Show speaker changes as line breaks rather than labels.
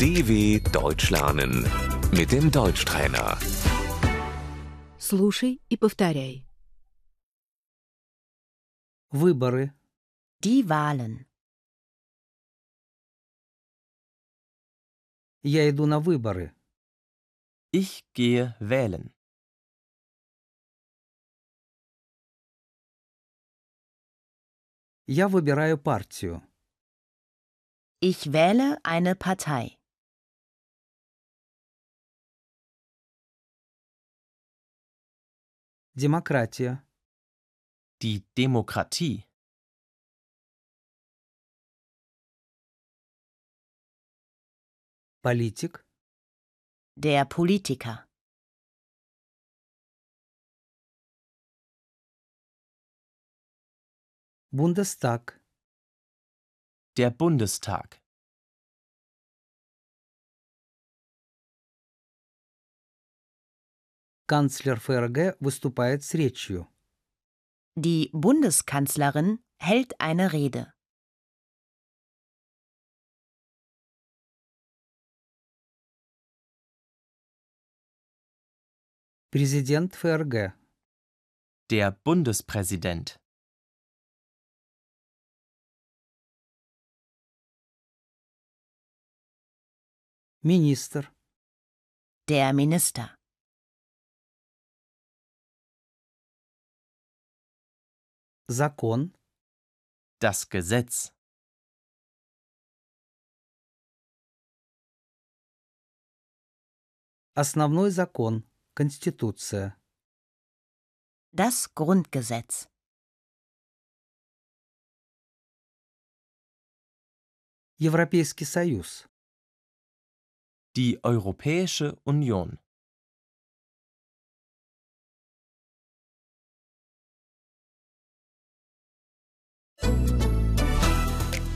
DW Deutsch lernen mit dem Deutschtrainer.
Слушай и повторяй.
Выборы.
Die Wahlen.
Я иду на выборы.
Ich gehe wählen.
Я выбираю партию.
Ich wähle eine Partei.
Демократия.
Die Demokratie.
Политик.
Der Politiker.
Бундестаг.
Der Bundestag.
Канцлер ФРГ выступает с речью.
Die Bundeskanzlerin hält eine Rede.
Президент ФРГ.
Der Bundespräsident.
Министр.
Der Minister.
Закон.
Das Gesetz.
Основной закон. Конституция.
Das Grundgesetz.
Европейский союз.
Die Europäische Union.